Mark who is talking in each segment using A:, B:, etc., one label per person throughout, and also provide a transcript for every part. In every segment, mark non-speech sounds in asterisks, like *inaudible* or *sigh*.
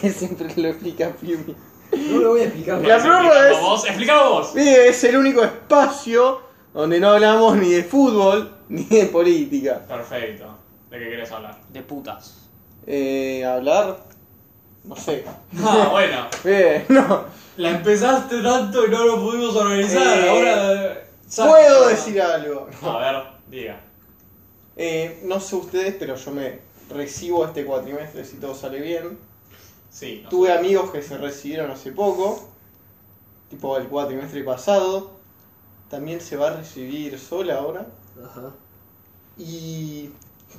A: que siempre lo explica Piumi.
B: No lo voy a explicar.
A: La prórroga es-
C: Vos, explícalo vos.
A: Pibe, es el único espacio donde no hablamos ni de fútbol *laughs* ni de política.
C: Perfecto. ¿De qué querés hablar?
D: De putas.
A: Eh, hablar. No sé.
B: *laughs*
C: Ah, bueno.
A: Pibe, no.
B: La empezaste tanto y no lo pudimos organizar.
A: Eh,
B: Ahora.
A: Puedo decir algo.
C: A ver, diga.
A: Eh, no sé ustedes, pero yo me recibo este cuatrimestre si todo sale bien.
C: Sí. no
A: Tuve amigos que se recibieron hace poco, tipo el cuatrimestre pasado. También se va a recibir sola ahora.
B: Ajá.
A: Y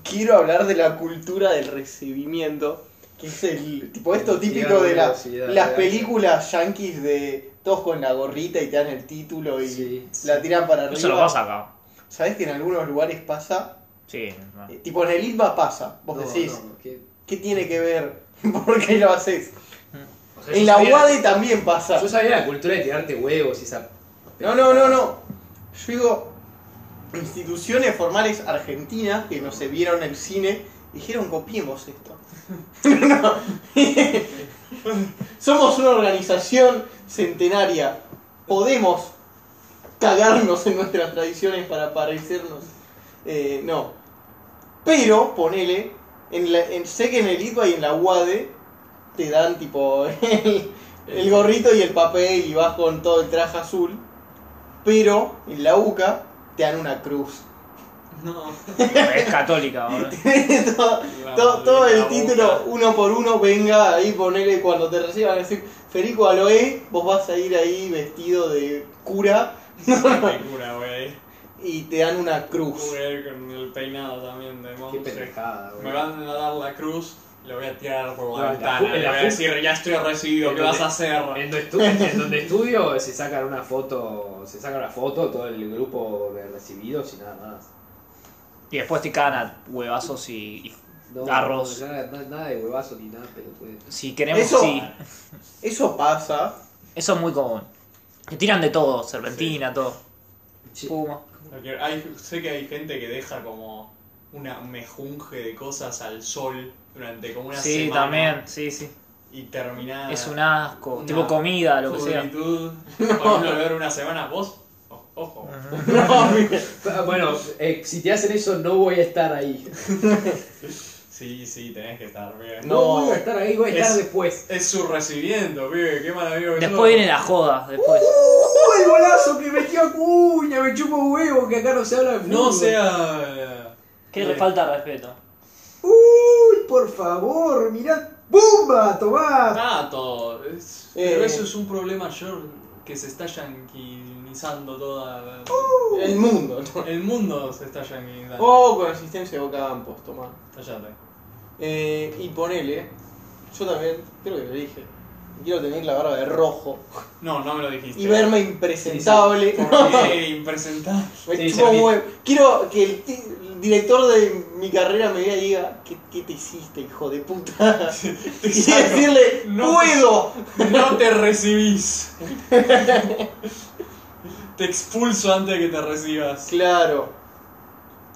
A: quiero hablar de la cultura del recibimiento, que es el tipo esto típico de la-
B: Velocidad, velocidad.
A: las películas yankees de todos con la gorrita y te dan el título y
B: Sí.
A: la tiran para arriba.
D: Eso no pasa acá.
A: ¿Sabés que en algunos lugares pasa?
D: Sí. no.
A: Eh, Tipo en el ILBA pasa. Vos
B: No,
A: decís,
B: no, que-
A: ¿qué tiene que ver? *laughs* ¿Por qué lo haces?
E: O sea,
A: En
E: yo
A: la
E: sabía-
A: UADE también pasa.
E: Yo sabía la cultura de tirarte huevos y esa.
A: No, no, no, no. Yo digo, instituciones formales argentinas que no se vieron el cine dijeron copiemos esto. *laughs* No. Somos una organización centenaria. Podemos cagarnos en nuestras tradiciones para parecernos. Eh, no. Pero, ponele, en la, en, sé que en el ITBA y en la UADE te dan tipo el, el gorrito y el papel y vas con todo el traje azul. Pero en la UCA te dan una cruz. *laughs*
B: No.
D: Es católica, boludo.
A: todo,
B: *laughs*
C: La
A: todo- todo el
C: boca.
A: título, uno por uno, venga ahí, ponele cuando te reciban, decir, Federico Aloe, vos vas a ir ahí vestido de cura
C: sé. Qué cura, güey.
A: y te dan una cruz.
C: Cura con el peinado también de
E: Qué
C: monstruo.
E: pendejada,
C: Me
E: güey.
C: van a dar la cruz, le voy a tirar por
E: No,
C: la
E: en la
C: ventana.
E: fu- en
C: Le
E: la
C: voy a
E: fu-
C: decir, ya estoy recibido, ¿qué
E: En
C: vas
E: donde-
C: a hacer?
D: eh,
E: En donde, estu- en donde estudio se sacan una foto, se saca una foto todo el grupo de recibidos y nada más.
D: Y después te cagan a huevazos y. y
E: No,
D: Garros.
E: no, Nada, nada de huevazo ni nada, pero pues.
D: si queremos,
A: Eso-
D: sí.
A: Eso pasa.
D: Eso es muy común. Te tiran de todo, serpentina, todo.
E: Sí.
D: Puma.
C: No quiero- hay- sé que hay gente que deja como una mejunje de cosas al sol durante como una
D: Sí,
C: semana.
D: también, sí, sí.
C: Y terminada.
D: Es un asco.
C: Una
D: Tipo comida, lo que sea. *laughs*
C: Juventud. Con un olor una semana, vos. o- Ojo. *laughs*
E: Ah, Bueno, eh, si te hacen eso no voy a estar ahí.
C: Sí, sí, tenés que estar bien.
A: No.
E: voy a estar ahí, voy a estar
C: Es-
E: después.
C: Es su recibiento, pibe, qué maravilloso.
D: Después viene la joda, después.
E: ¡Uh, el golazo que metió Acuña! Me chupo huevo que acá no se habla de
C: No
E: fútbol.
C: sea.
D: ¿Qué le falta de respeto?
E: ¡Uy, por favor! ¡Mirá! ¡Bumba! ¡Tomá!
C: Nato. es-
A: Eh.
C: Pero eso es un problema mayor que se está yanquinizando toda.
A: El mundo, ¿no?
C: El mundo se está yanquinizando.
A: Oh, con asistencia de Boca Campos, toma.
C: Cállate.
A: Eh, y ponele, yo también, creo que lo dije, quiero tener la barba de rojo
C: No, no me lo dijiste.
A: y verme impresentable. *laughs*
C: Porque impresentable.
A: Me
E: Sí,
A: chupa un
E: se
A: huevo. Quiero que el, ti- el director de mi carrera me vea y diga, ¿qué, qué te hiciste, hijo de puta?
C: Te *laughs*
A: y
C: saco.
A: decirle,
C: No.
A: ¡puedo!
C: No te recibís. te expulso antes de que te recibas.
A: Claro,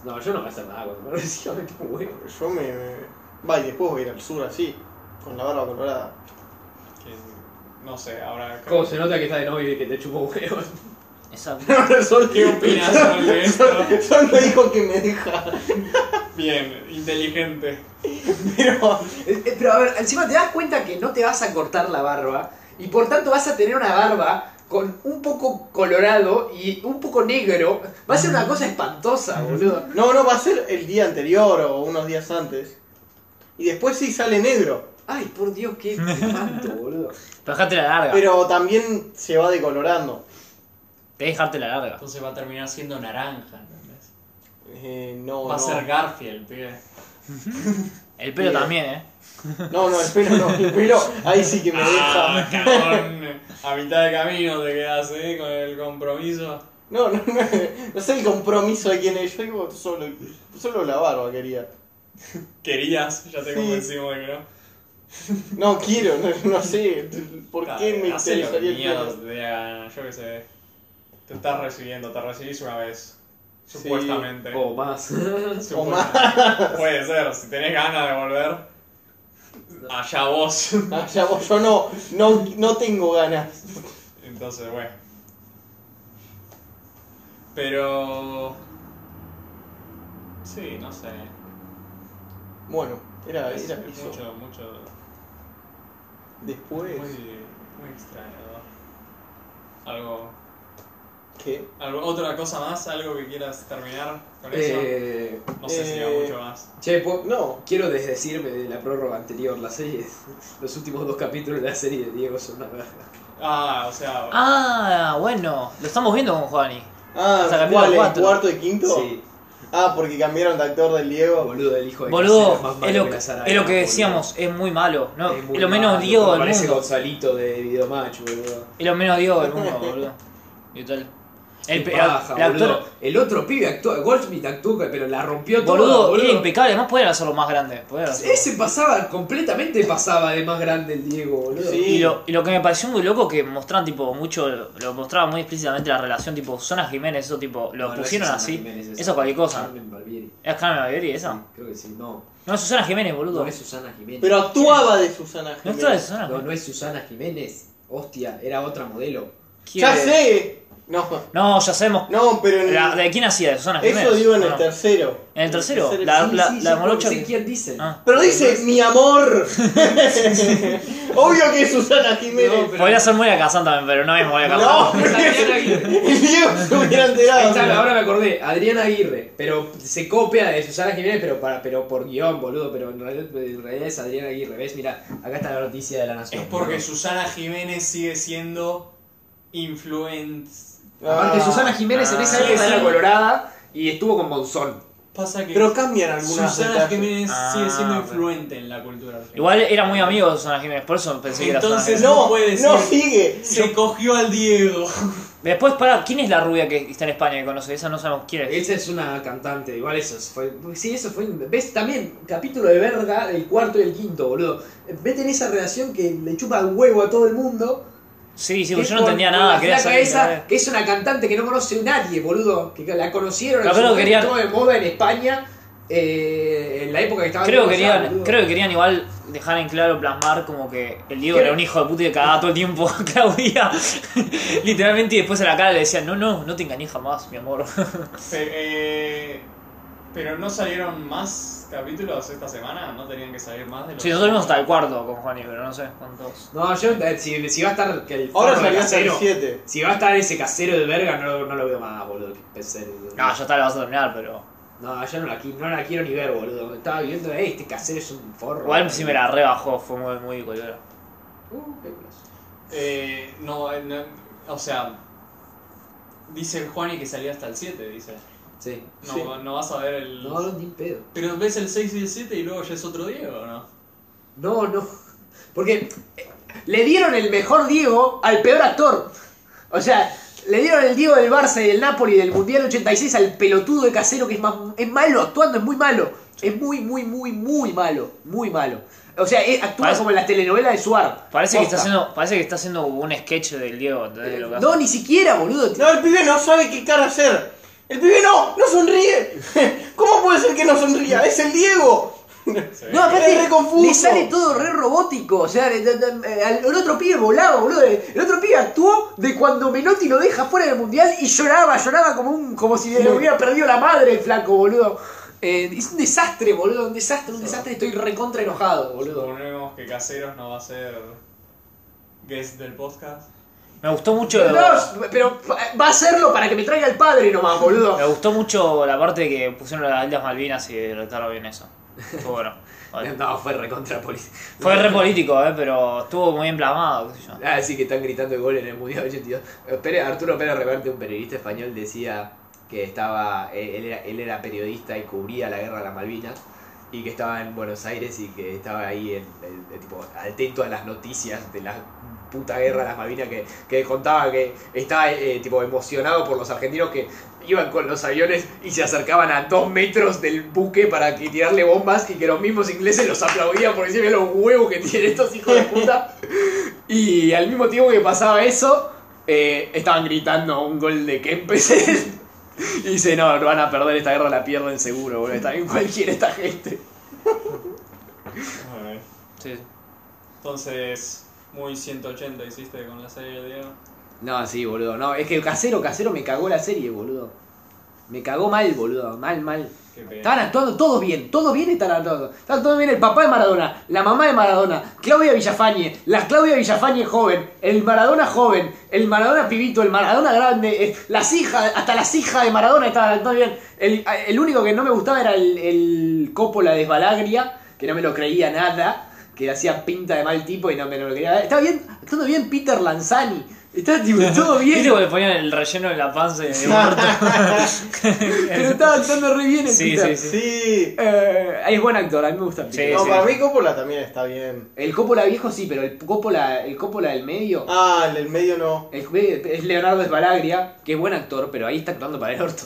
E: No, yo no voy a hacer nada cuando me reciba, me chupo huevo.
A: yo me... me- Va, y después voy a ir al sur así, con la barba colorada.
C: Que- no sé, ahora.
E: ¿Cómo se nota que está de novio y que te chupo huevo?
D: Exacto.
A: Sol,
C: ¿Qué opinas
A: *laughs*
E: *laughs*
C: sobre esto?
A: Sol me dijo que me deja,
C: Bien, inteligente.
A: pero...
E: Eh, eh, Pero a ver, encima te das cuenta que no te vas a cortar la barba y por tanto vas a tener una barba con un poco colorado y un poco negro. Va a ser una cosa espantosa, boludo.
A: No, no, va a ser el día anterior o unos días antes. Y después sí sale negro,
E: Ay, por Dios, *laughs* qué espanto, boludo.
D: Pero dejate la larga.
A: pero también se va decolorando.
D: Te dejarte la larga.
C: Entonces va a terminar siendo naranja, ¿entendés?
A: Eh, no,
C: Va a
A: no.
C: ser Garfield, pibe.
D: El pelo
A: Bien.
D: también, eh.
A: No, no, el pelo no, el pelo ahí sí que me
C: Ah,
A: deja.
C: cagón. A mitad de camino te quedas, ¿eh? Con el compromiso.
A: No, no, no, no sé el compromiso de quién es. Yo digo solo, solo la barba quería.
C: Querías, ya te
A: Sí.
C: convencimos de que no.
A: No quiero, no, no sé por qué me
C: Hacé lo que
A: interesaría el
C: mierda
A: pelo.
C: te dé la gana, yo qué sé. Te estás recibiendo, te recibís una vez.
A: Sí.
C: Supuestamente.
E: O
A: *laughs*
E: más.
C: Supuestamente. Puede ser, si tenés ganas de volver. Allá vos.
A: Allá vos, yo no, no, no tengo ganas.
C: Entonces, bueno. Pero. Sí, no sé.
A: Bueno, era,
C: Es
A: era eso.
C: mucho, mucho.
A: Después,
C: Muy, muy extraño. ¿no? Algo,
A: ¿qué?
C: algo. ¿Otra cosa más? ¿Algo que quieras terminar con eso?
E: *laughs* Eh,
C: No sé si hay
A: eh,
C: mucho más.
E: che, po-
A: No,
E: quiero desdecirme de la prórroga anterior. La serie, *laughs* los últimos dos capítulos de la serie de Diego son una verga.
C: Ah, o sea.
D: Ah, bueno, lo estamos viendo con Juani.
A: ah,
D: O sea, cambiaron
A: ¿cuál? ¿El
D: cuatro.
A: cuarto y quinto?
E: Sí,
A: Ah, porque cambiaron de actor del Diego.
E: boludo, el hijo de Casero
D: Boludo,
E: más
D: es
E: malo
D: lo,
E: que
D: que,
E: la Saraiva,
D: es lo que
E: boludo.
D: decíamos, es muy malo. No,
E: Es muy
D: es lo menos
E: malo,
D: Diego del
E: Parece
D: mundo.
E: Gonzalito de Videomatch, boludo.
D: Es lo menos Diego del mundo, boludo. Y tal. El,
E: Este Qué
D: pe-
E: paja,
D: el actor,
E: boludo. El otro pibe actúa, Goldsmith actúa, pero la rompió todo.
D: boludo, era
E: boludo.
D: impecable. Además, podían hacerlo más grande. podían hacerlo.
E: Ese pasaba, completamente pasaba de más grande el Diego, boludo.
A: Sí.
D: Y lo, y lo que me pareció muy loco que mostraban tipo mucho, lo mostraba muy explícitamente la relación tipo Susana Jiménez, eso tipo, lo
E: No, no
D: pusieron
E: es Susana
D: así.
E: Jiménez, es
D: eso es cualquier cosa.
E: Carmen Barbieri.
D: ¿Es Carmen Barbieri esa?
E: Creo que sí, no.
D: No, es Susana Jiménez, boludo.
E: No es Susana Jiménez.
A: Pero actuaba de Susana
D: ¿No está de
A: Jiménez.
D: Susana
E: No,
D: Jiménez?
E: no es Susana Jiménez. Hostia, era otra modelo.
D: ¿Quién
A: ¡Ya
D: es?
A: sé! No,
D: No, ya sabemos.
A: no, pero en-
D: La- ¿De quién hacía? ¿De Susana Jiménez?
A: eso digo en
D: ¿O
A: el
D: no?
A: tercero.
D: ¿En el tercero?
A: tercero.
D: La,
E: Sí,
D: la,
E: sí,
D: la
E: sí,
D: morocha
E: sé
D: que-
E: quién dicen.
D: Ah.
A: Pero dice, mi
D: *laughs*
A: amor. *laughs* Obvio que es Susana Jiménez.
E: pero- *laughs*
D: Podría ser Moria Kazan también, pero no es Moria Kazan.
A: No,
E: Es Adriana Aguirre.
A: El Diego se hubiera
E: Ahí
A: enterado.
E: está, ahora me acordé, Adriana Aguirre, pero se copia de Susana Jiménez, pero para, pero por guión, boludo, pero en realidad, en realidad es Adriana Aguirre, ¿ves? Mira, acá está la noticia de la nación.
C: Es porque
E: boludo.
C: Susana Jiménez sigue siendo influence.
E: Aparte
A: Ah,
E: Susana Jiménez en
D: Ah.
E: esa época era colorada y estuvo con Monzón.
C: Pasa que
A: Pero cambian algunas
C: Susana
A: detalles.
C: Jiménez
D: Ah,
C: sigue siendo
D: bueno.
C: influente en la cultura argentina.
D: Igual era muy amigo de Susana Jiménez, por eso pensé que era Susana
C: Entonces-
D: Jiménez.
A: No,
C: No puede
A: no
C: ser.
A: sigue.
C: se cogió al Diego.
D: Después, pará, ¿quién es la rubia que está en España que conoce? Esa no sabemos quién es.
E: Esa es una cantante, igual eso fue. Sí, eso fue. ¿Ves? También, capítulo de verga, el cuarto y el quinto, boludo. Meten esa relación que le chupa el huevo a todo el mundo.
D: Sí, sí,
E: Que
D: porque yo no
E: con-
D: entendía
E: con
D: nada.
E: La
D: quería
E: flaca
D: salir,
E: esa,
D: ¿verdad?
E: que es una cantante que no conoce nadie, boludo. Que la conocieron en
D: Capaz
E: su
D: que
E: momento
D: querían-
E: de moda en España. eh, en la época que estaba
D: Creo
E: todo
D: que,
E: allá,
D: querían,
E: boludo.
D: creo que querían igual dejar en claro, plasmar como que el Diego
E: Creo-
D: era un hijo de puta y que cagaba todo el tiempo a Claudia. *laughs* Literalmente, y después a la cara le decían, no, no, no te engañes jamás, mi amor. *laughs*
C: Pero, eh, pero no salieron más capítulos esta semana, no tenían que salir más de los.
D: Sí, nosotros vimos hasta el cuarto con Juani, pero no sé cuántos.
E: No, yo. eh, Si, si va a estar. que el
A: Ahora
E: forro
A: salió
E: de
A: hasta el
E: casero-
A: 7.
E: Si va a estar ese casero de verga, no, no lo veo más, boludo. que pensé,
D: No, ya está, la vas a terminar, pero.
E: No, yo no la, qui- no la quiero ni ver, boludo. Estaba viendo, eh, este casero es un forro.
D: Igual sí me la rebajó, fue muy, muy colero.
E: Uh, qué grosso.
C: Eh, no, eh, no, o sea. Dice el Juani que salía hasta el 7, dice.
E: Sí.
C: No,
A: Sí.
C: no vas a ver el.
E: No, no, ni en pedo.
C: Pero ves el 6 y el 7 y luego ya es otro Diego, ¿o ¿no?
E: No, no. Porque eh, le dieron el mejor Diego al peor actor. O sea, le dieron el Diego del Barça y del Napoli del Mundial 86 al pelotudo de casero que es, más, es malo actuando, es muy malo. Es muy, muy, muy, muy malo. Muy malo. O sea, es- actúa
D: Parece-
E: como en las telenovelas de Suar.
D: Parece que, está
E: Posta.
D: haciendo, parece que está haciendo un sketch del Diego. ¿entendés lo que
E: Eh,
D: hace?
E: No, ni siquiera, boludo.
A: No, el pibe no sabe qué cara hacer. El pibe no, no sonríe. *laughs* ¿Cómo puede ser que no sonría? Es el Diego.
E: No, aparte
A: Es re confuso.
E: le sale todo re robótico. O sea, de- de- de- al- el otro pibe volaba, boludo. El otro pibe actuó de cuando Menotti lo deja fuera del mundial y lloraba, lloraba como un como si le hubiera perdido la madre el flaco, boludo. Eh, es un desastre, boludo, un desastre, un desastre. Estoy recontra enojado, boludo.
C: Suponemos que Caseros no va a ser. guest del podcast.
D: Me gustó mucho.
E: No, pero va a hacerlo para que me traiga el padre nomás, boludo.
D: Me gustó mucho la parte que pusieron las Islas Malvinas y trataron bien eso. Estuvo bueno.
E: *laughs*
D: Vale.
E: No, fue recontra policía.
D: Fue re político, eh, pero estuvo muy bien plasmado, qué sé yo.
E: Ah, sí, que están gritando el gol en el Mundial 82. Eh, Pérez- Arturo Pérez Reverte, un periodista español, decía que estaba eh, él era, él era periodista y cubría la guerra de las Malvinas y que estaba en Buenos Aires y que estaba ahí en, en- en tipo, atento a las noticias de la puta guerra de las Malvinas que, que contaba que estaba eh, tipo emocionado por los argentinos que iban con los aviones y se acercaban a dos metros del buque para que tirarle bombas y que los mismos ingleses los aplaudían por decir "Mirá los huevos que tienen estos hijos de puta y al mismo tiempo que pasaba eso eh, estaban gritando un gol de Kempes *laughs* y dice no, no van a perder esta guerra la pierden seguro boludo, está bien cualquiera esta gente
C: Ay.
D: Sí, sí.
C: Entonces, muy 180 hiciste con la serie de Diego.
E: No, sí, boludo. No, es que el casero, casero me cagó la serie, boludo. Me cagó mal, boludo. Mal, mal.
C: Qué pena.
E: Estaban actuando todos bien, todos bien estaban actuando. Estaban todos bien el papá de Maradona, la mamá de Maradona, Claudia Villafañe, la Claudia Villafañe joven, el Maradona joven, el Maradona pibito, el Maradona grande, eh, las hijas, hasta las hijas de Maradona estaban actuando bien. El, el único que no me gustaba era el, el Coppola de Sbalagria, que no me lo creía nada, que hacía pinta de mal tipo y no me lo quería ver. Estaba bien, actuando bien Peter Lanzani. Estaba
D: *laughs*
E: tipo, todo bien.
D: ¿Viste cuando le ponían el relleno en la panza y
E: Ah,
D: el muerto?
E: Pero estaba actuando re bien el
D: Sí,
E: Peter.
D: sí,
A: Sí.
E: Eh, es buen actor, a mí me gusta Peter.
D: Sí,
A: No,
D: sí.
A: para mí Coppola también está bien.
E: El Coppola viejo sí, pero el Coppola, el Coppola del medio
A: Ah, el del medio no.
E: el medio es Leonardo Sbalagria, que es buen actor, pero ahí está actuando para el
D: *laughs*
E: orto.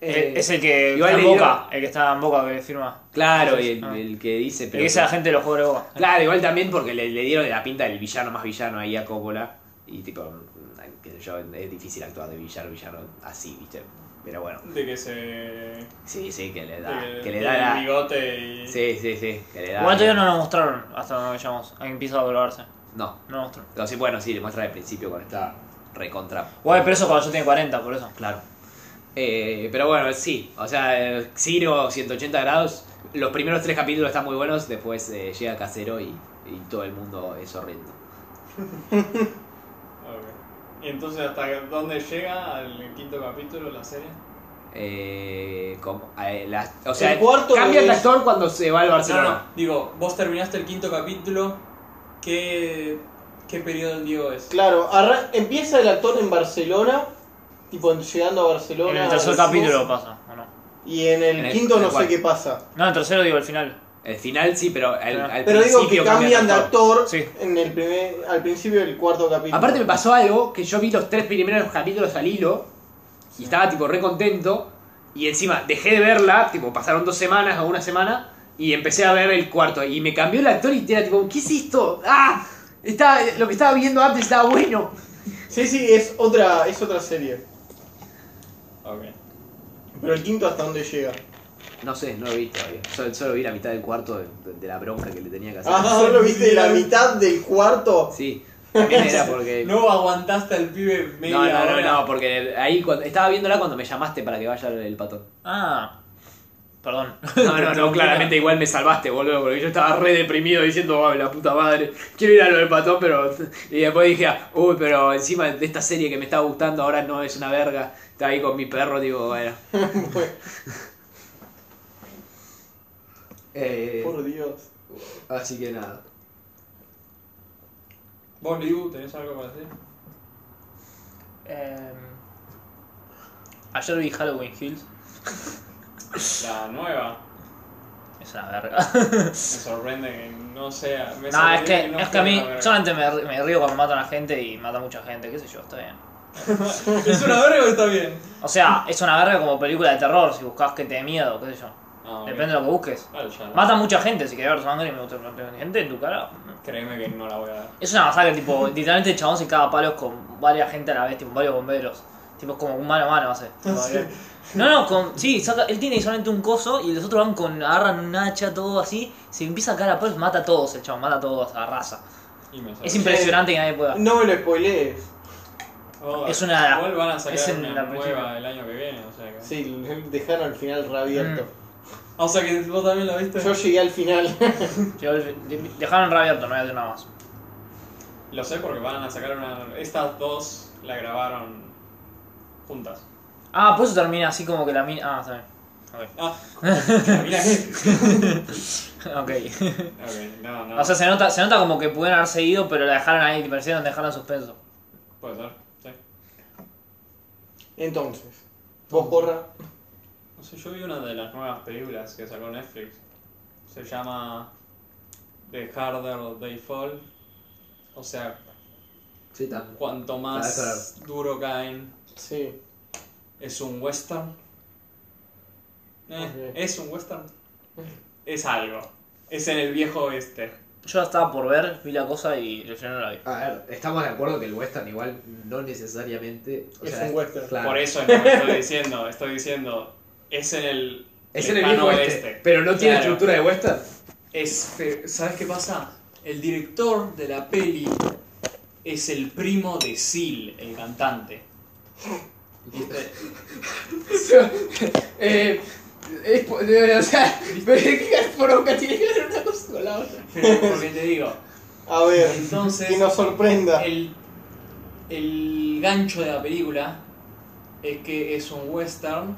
E: Eh,
D: Eh, es el que
E: igual
D: está en
E: le dio-
D: boca, el que está en boca que firma.
E: Claro, y el,
D: Ah.
E: el que dice...
D: el que es la gente de los juegos de boca.
E: Claro, igual también porque le, le dieron la pinta del villano más villano ahí a Coppola. Y tipo, mm, qué sé yo, es difícil actuar de villano, villano así, viste. Pero bueno,
C: De que se. de
E: sí, sí, que le da...
C: que-
D: Eh,
E: que le
C: del
E: da la...
C: bigote y.
E: Sí, sí, sí, que le da...
D: Igual todavía no lo mostraron hasta donde llegamos. Ahí empieza a doblarse.
E: No,
D: No lo mostraron.
E: no, sí, bueno, sí, le muestra al principio cuando está recontra...
D: Igual, pero eso cuando yo tenía 40, por eso.
E: Claro. Eh, pero bueno, sí. O sea, eh, Ciro, 180 grados. Los primeros tres capítulos están muy buenos. Después eh, llega Casero y, y todo el mundo es horrendo.
C: Ok. Y entonces, ¿hasta dónde llega al quinto capítulo la serie?
E: Eh, como- eh, la- o sea,
A: El cuarto
E: cambia de
A: es-
E: actor cuando se va al
C: No,
E: Barcelona.
C: no, digo, vos terminaste el quinto capítulo. ¿Qué, qué periodo del Diego es?
A: Claro, arran- empieza el actor en Barcelona, tipo en- llegando a Barcelona.
D: En el tercer
A: decimos,
D: capítulo pasa, ¿o no?
A: Y en el
E: En el-
A: quinto
E: en el
A: no sé
E: cuarto.
A: qué pasa.
D: No, en el tercero digo el final.
E: El final sí, pero al,
D: Claro.
E: al
A: Pero digo que
E: principio
A: cambian de actor
D: Sí.
A: en el primer, al principio del cuarto capítulo.
E: Aparte me pasó algo que yo vi los tres primeros capítulos al hilo y estaba tipo re contento y encima dejé de verla, tipo pasaron dos semanas o una semana y empecé a ver el cuarto y me cambió el actor y era tipo, ¿qué es esto? ¡Ah! Está, lo que estaba viendo antes estaba bueno.
A: Sí, sí, es otra, es otra serie.
C: Ok.
A: Pero el quinto hasta dónde llega.
E: No sé, no lo vi todavía. Solo, solo vi la mitad del cuarto de, de la bronca que le tenía que hacer.
A: Ah, *laughs* solo viste la mitad del cuarto.
E: Sí, también era *laughs* porque...
C: No aguantaste al pibe media
E: No, no, no,
C: hora.
E: no, porque ahí cuando, estaba viéndola cuando me llamaste para que vaya el patón.
D: Ah, perdón.
E: No, no, no, claramente igual me salvaste, boludo, porque yo estaba re deprimido diciendo, ay, la puta madre, quiero ir a lo del patón, pero... *laughs* Y después dije, ah, uy, pero encima de esta serie que me estaba gustando ahora no es una verga. Estaba ahí con mi perro, digo, bueno. *laughs* Eh,
A: Por Dios.
E: así que nada.
C: ¿Vos, Liu, tenés algo para decir?
D: Eh, ayer vi Halloween Hills.
C: La nueva.
D: Es una
C: *laughs*
D: verga.
C: Me sorprende que no sea. me
D: No, es
C: sorprende
D: que,
C: no
D: es que
C: sea
D: a mí,
C: una verga.
D: yo antes me, ri- me río cuando matan a gente y mata mucha gente, qué sé yo, está bien.
C: ¿Es una verga o está bien?
D: O sea, es una verga como película de terror, si buscas que te dé miedo, qué sé yo.
C: Ah, ok.
D: Depende de lo que busques.
C: Vale, ya no.
D: Mata mucha gente, si querés ver sangre y me gusta matar gente en tu cara.
C: Créeme que no la voy a dar.
D: Es una masacre, tipo, literalmente el chabón se caga a palos con varias gente a la vez, tipo, varios bomberos. Tipo, es como un mano a mano hace. eh, No, no, con, sí, saca, él tiene solamente un coso y los otros van con, agarran un hacha, todo así. Se empieza a cagar a palos, mata a todos el chabón, mata a todos, a raza.
C: Y me sorprende.
D: Es impresionante que nadie pueda.
A: No me lo spoilees.
C: Oh,
D: es una-
C: Igual van a sacar
D: es en
C: una
D: la
C: nueva
D: película.
C: el año que viene, o sea que.
A: Sí, *laughs* dejaron al final reabierto.
C: O sea que vos también la viste.
A: Yo llegué al final.
D: Llegó el- de- Dejaron reabierto, no voy a decir nada más.
C: Lo sé porque van a sacar una. Estas dos la grabaron juntas.
D: Ah, por eso termina así como que la mina. Ah, está bien. *laughs*
C: Ah, *laughs* mira que.
D: Ok. ok.
C: Ok, no, no.
D: o sea, se nota, se nota como que pudieron haber seguido, pero la dejaron ahí, parecieron dejarla en suspenso.
C: Puede ser, sí.
A: *laughs* Entonces, vos porra.
C: No sé, yo vi una de las nuevas películas que sacó Netflix. Se llama The Harder They Fall. O sea,
E: Sí, está.
C: cuanto más duro caen,
A: Sí.
C: es un western. Eh,
A: Ok.
C: ¿Es un western? Es algo. Es en el viejo oeste.
D: Yo ya estaba por ver, vi la cosa y yo no la vi.
E: A ver, estamos de acuerdo que el western igual no necesariamente... o
A: Es
E: sea,
A: un western.
E: claro.
C: Por eso no estoy diciendo, estoy diciendo, es en el
E: Es en el
C: lejano
E: mismo oeste, pero no tiene
C: Claro.
E: estructura de western.
C: Es, fe- ¿sabes qué pasa? El director de la peli es el primo de Seal, el cantante. ¿Viste?
E: *laughs* eh, es, po- eh, o sea, *laughs* pero es que poronga tiene que ver una cosa con la otra.
C: Porque te digo,
A: A ver,
C: Entonces-
A: que nos sorprenda.
C: el, el gancho de la película es que es un western,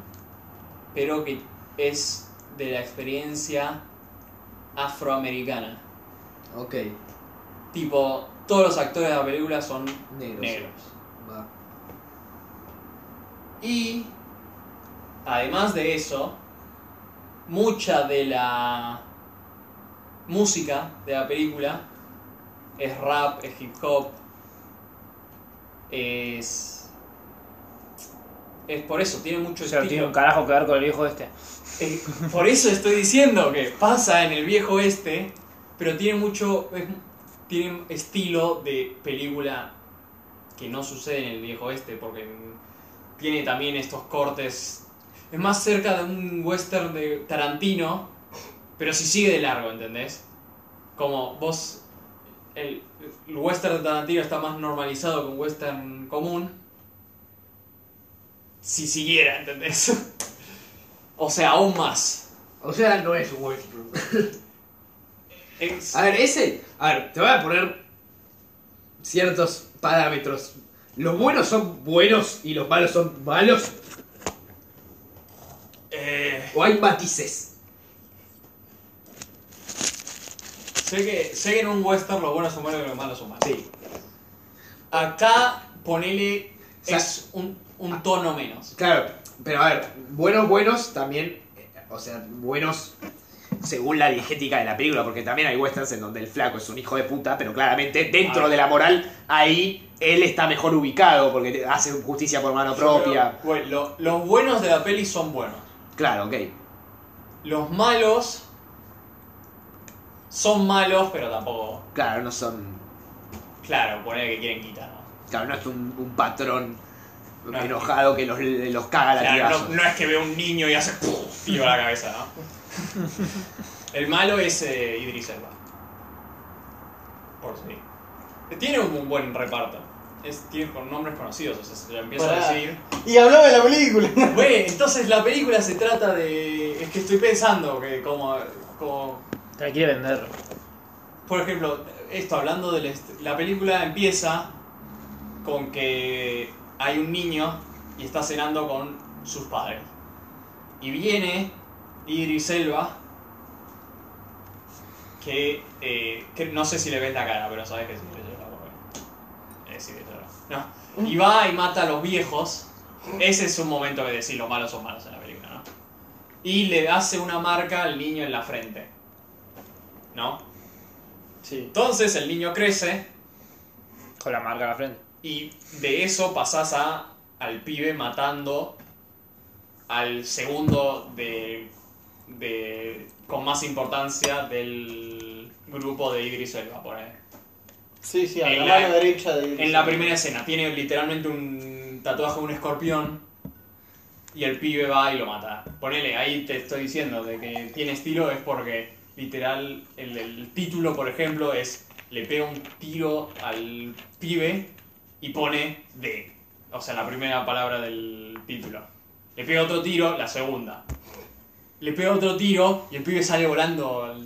C: pero que es de la experiencia afroamericana.
E: Ok,
C: Tipo, todos los actores de la película son
E: negro.
C: negros.
E: Va.
C: Y además de eso, mucha de la música de la película es rap, es hip hop, es... Es por eso, tiene mucho
D: O sea,
C: estilo.
D: tiene un carajo que ver con el viejo este.
C: Eh, por eso estoy diciendo que pasa en el viejo este, pero tiene mucho. es- tiene estilo de película que no sucede en el viejo este, porque tiene también estos cortes. Es más cerca de un western de Tarantino, pero si sigue de largo, ¿entendés? Como vos. El, el western de Tarantino está más normalizado que un western común. Si siguiera, ¿entendés? *laughs* O sea, aún más.
E: O sea, no es Westbrook.
C: Es-
E: A ver, ese. A ver, te voy a poner ciertos parámetros. Los buenos son buenos y los malos son malos.
C: eh,
E: O hay matices.
C: sé, que, sé que en un western los buenos son buenos y los malos son malos.
E: Sí.
C: Acá ponele
E: O sea,
C: es un, un tono menos.
E: Claro, pero a ver, buenos, buenos también. eh, O sea, buenos según la diegética de la película, porque también hay westerns en donde el flaco es un hijo de puta, pero claramente dentro
C: Ah.
E: de la moral, ahí él está mejor ubicado porque te- hace justicia por mano propia.
C: Pero, bueno, lo- los buenos de la peli son buenos.
E: Claro, ok.
C: Los malos son malos, pero tampoco.
E: Claro, no son.
C: Claro, ponele que quieren quitar. ¿no?
E: Claro, no es un, un patrón
C: No.
E: enojado que los, los caga a
C: Claro,
E: latigazos.
C: no, no es que ve un niño y hace ¡puf! tiro a la cabeza, ¿no? *laughs* El malo es eh, Idris Elba. Por sí. Tiene un, un buen reparto. Es, tiene con nombres conocidos, o sea, se lo empieza
A: Pará.
C: a decir.
A: Y hablaba de la película.
C: *laughs*
A: *laughs*
C: Bueno, entonces la película se trata de. Es que estoy pensando que como. como
D: Te la quiere vender.
C: por ejemplo, esto hablando de la película empieza con que hay un niño y está cenando con sus padres. Y viene Idris Elba, que, eh, que no sé si le ves la cara, pero sabes que es Idris Elba. porque eh, Es Idris Elba. No. Y va y mata a los viejos. Ese es un momento que decir los malos son malos en la película, ¿no? Y le hace una marca al niño en la frente. ¿No?
A: Sí.
C: Entonces el niño crece
D: Con la marca en la frente.
C: y de eso pasás a, al pibe matando al segundo de, de- con más importancia del grupo de Idris Elba, por ahí.
A: Sí, sí, a
C: En
A: la,
C: la-
A: mano derecha de
C: En la primera escena tiene literalmente un tatuaje de un escorpión y el pibe va y lo mata. Ponele, ahí te estoy diciendo de que tiene estilo es porque literal el, el título, por ejemplo, es le pega un tiro al pibe y pone de, o sea, la primera palabra del título. Le pega otro tiro, la segunda. Le pega otro tiro y el pibe sale volando al-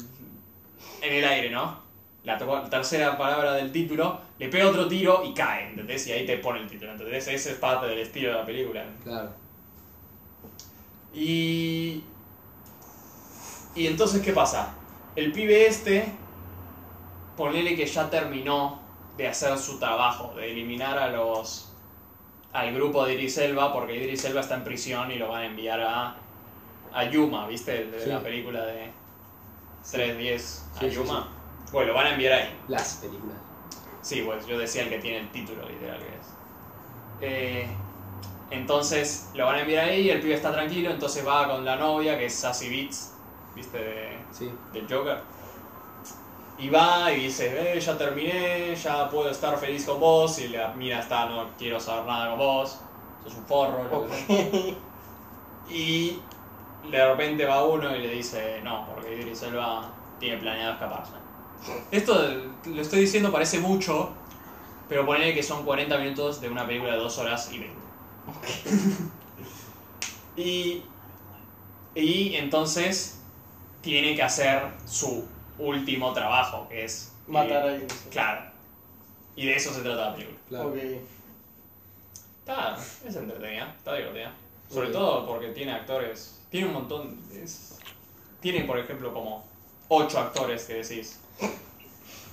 C: en el aire, ¿no? la to- tercera palabra del título, le pega otro tiro y cae, ¿entendés? Y ahí te pone el título, ¿entendés? Ese es parte del estilo de la película.
E: Claro.
C: Y... Y entonces, ¿qué pasa? El pibe este, ponele que ya terminó de hacer su trabajo, de eliminar a los... al grupo de Idris Elba, porque Idris Elba está en prisión y lo van a enviar a... a Yuma, ¿viste? El De la
E: Sí.
C: película de 310 a
E: Sí, sí,
C: Yuma. Bueno, lo van a enviar ahí.
E: Las películas.
C: Sí, pues yo decía el que tiene el título literal que es. Eh, entonces lo van a enviar ahí y el pibe está tranquilo, entonces va con la novia que es Sassy Beats, ¿viste? De,
E: Sí.
C: del Joker. Y va y dice, eh, ya terminé, ya puedo estar feliz con vos. Y la mira está, no quiero saber nada con vos. Sos un forro. lo que sea. *laughs* Y de repente va uno y le dice, no, porque Idris Elba tiene planeado escaparse. Esto lo estoy diciendo parece mucho, pero ponele que son 40 minutos de una película de 2 horas y 20. *laughs* y, y entonces tiene que hacer su último trabajo, que es...
A: Matar a
C: eh,
A: alguien.
C: Claro. Y de eso se trata la película.
E: Claro.
A: Ok.
C: Está, es entretenida, está divertida. Sobre
E: Ok.
C: todo porque tiene actores, tiene un montón, es- tiene por ejemplo como ocho actores que decís,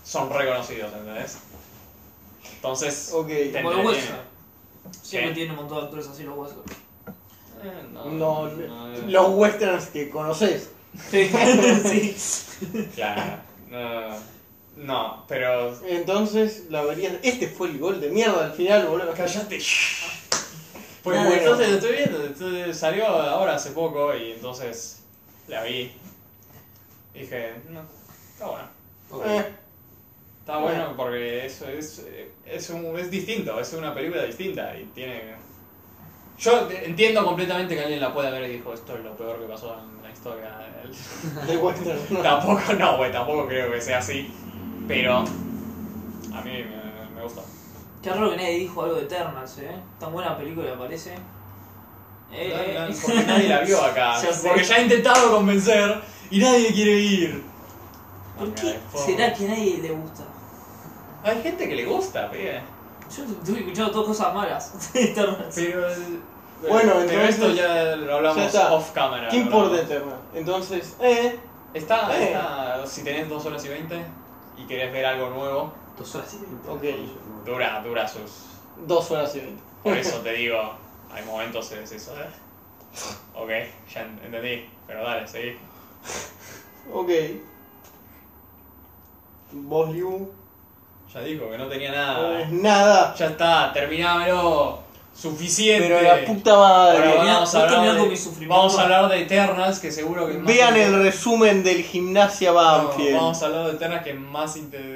C: son reconocidos, ¿entendés? Entonces,
A: Ok.
C: te
D: Como los
C: entretiene.
D: Western. Siempre
C: ¿Qué?
D: tiene un montón de actores así los huesos. *laughs*
C: Eh, no,
A: No,
C: no,
A: los westerns que conoces.
D: Sí, sí.
C: claro, no, no, pero...
A: Entonces la verías. Este fue el gol de mierda al final, boludo.
C: ¡Cállate! Pues
A: Nada,
C: bueno,
A: no.
C: te estoy viendo, entonces, salió ahora hace poco y entonces la vi. Dije, no, está bueno.
A: Eh,
C: Está bueno porque eso es, es, un, es distinto, es una película distinta y tiene... Yo entiendo completamente que alguien la pueda ver y dijo, esto es lo peor que pasó en la historia. *laughs* del-".
A: de western. *laughs* ¿no?
C: tampoco, no, güey, tampoco creo que sea así, pero a mí me, me gusta.
D: Qué raro que nadie dijo algo de Eternals, eh. Tan buena película, parece. Eh,
C: No,
D: eh.
C: no, Porque nadie la vio acá,
D: Ya sé.
C: porque ya he intentado convencer y nadie quiere ir.
D: *laughs* ¿Por
C: Manga
D: qué
C: de forro.
D: será que a nadie le gusta?
C: Hay gente que le gusta, pibe.
D: Yo estuve escuchando dos cosas malas de Eternals.
C: Pero, el-
A: Bueno,
C: pero
A: entonces-
C: esto ya lo
A: Ya
C: hablamos
A: está.
C: off camera.
A: ¿Qué
C: lo hablamos.
A: importa Eterna? Entonces, eh.
C: Está,
A: Eh.
C: está- si tenés 2 horas y 20 y querés ver algo nuevo,
E: Dos horas y veinte.
A: Ok.
C: dura, dura sus.
A: Dos horas y veinte.
C: Por eso te digo, hay momentos que decís, "Eh, ok, ya en- entendí, pero dale, seguí.
A: Ok. Vos, Liu.
C: Ya dijo que no tenía
A: no
C: nada. eh.
A: ves nada.
C: Ya está, terminámelo. Suficiente.
A: Pero la puta madre.
C: Ahora
D: Mirá,
C: vamos a,
D: vos terminás
C: hablar
D: con
C: de,
D: mi sufrimiento.
C: vamos a hablar de Eternals, que seguro que es más
A: Vean
C: inte-
A: el resumen del gimnasia
C: No,
A: Banfield.
C: Vamos a hablar de Eternals, que es más inte-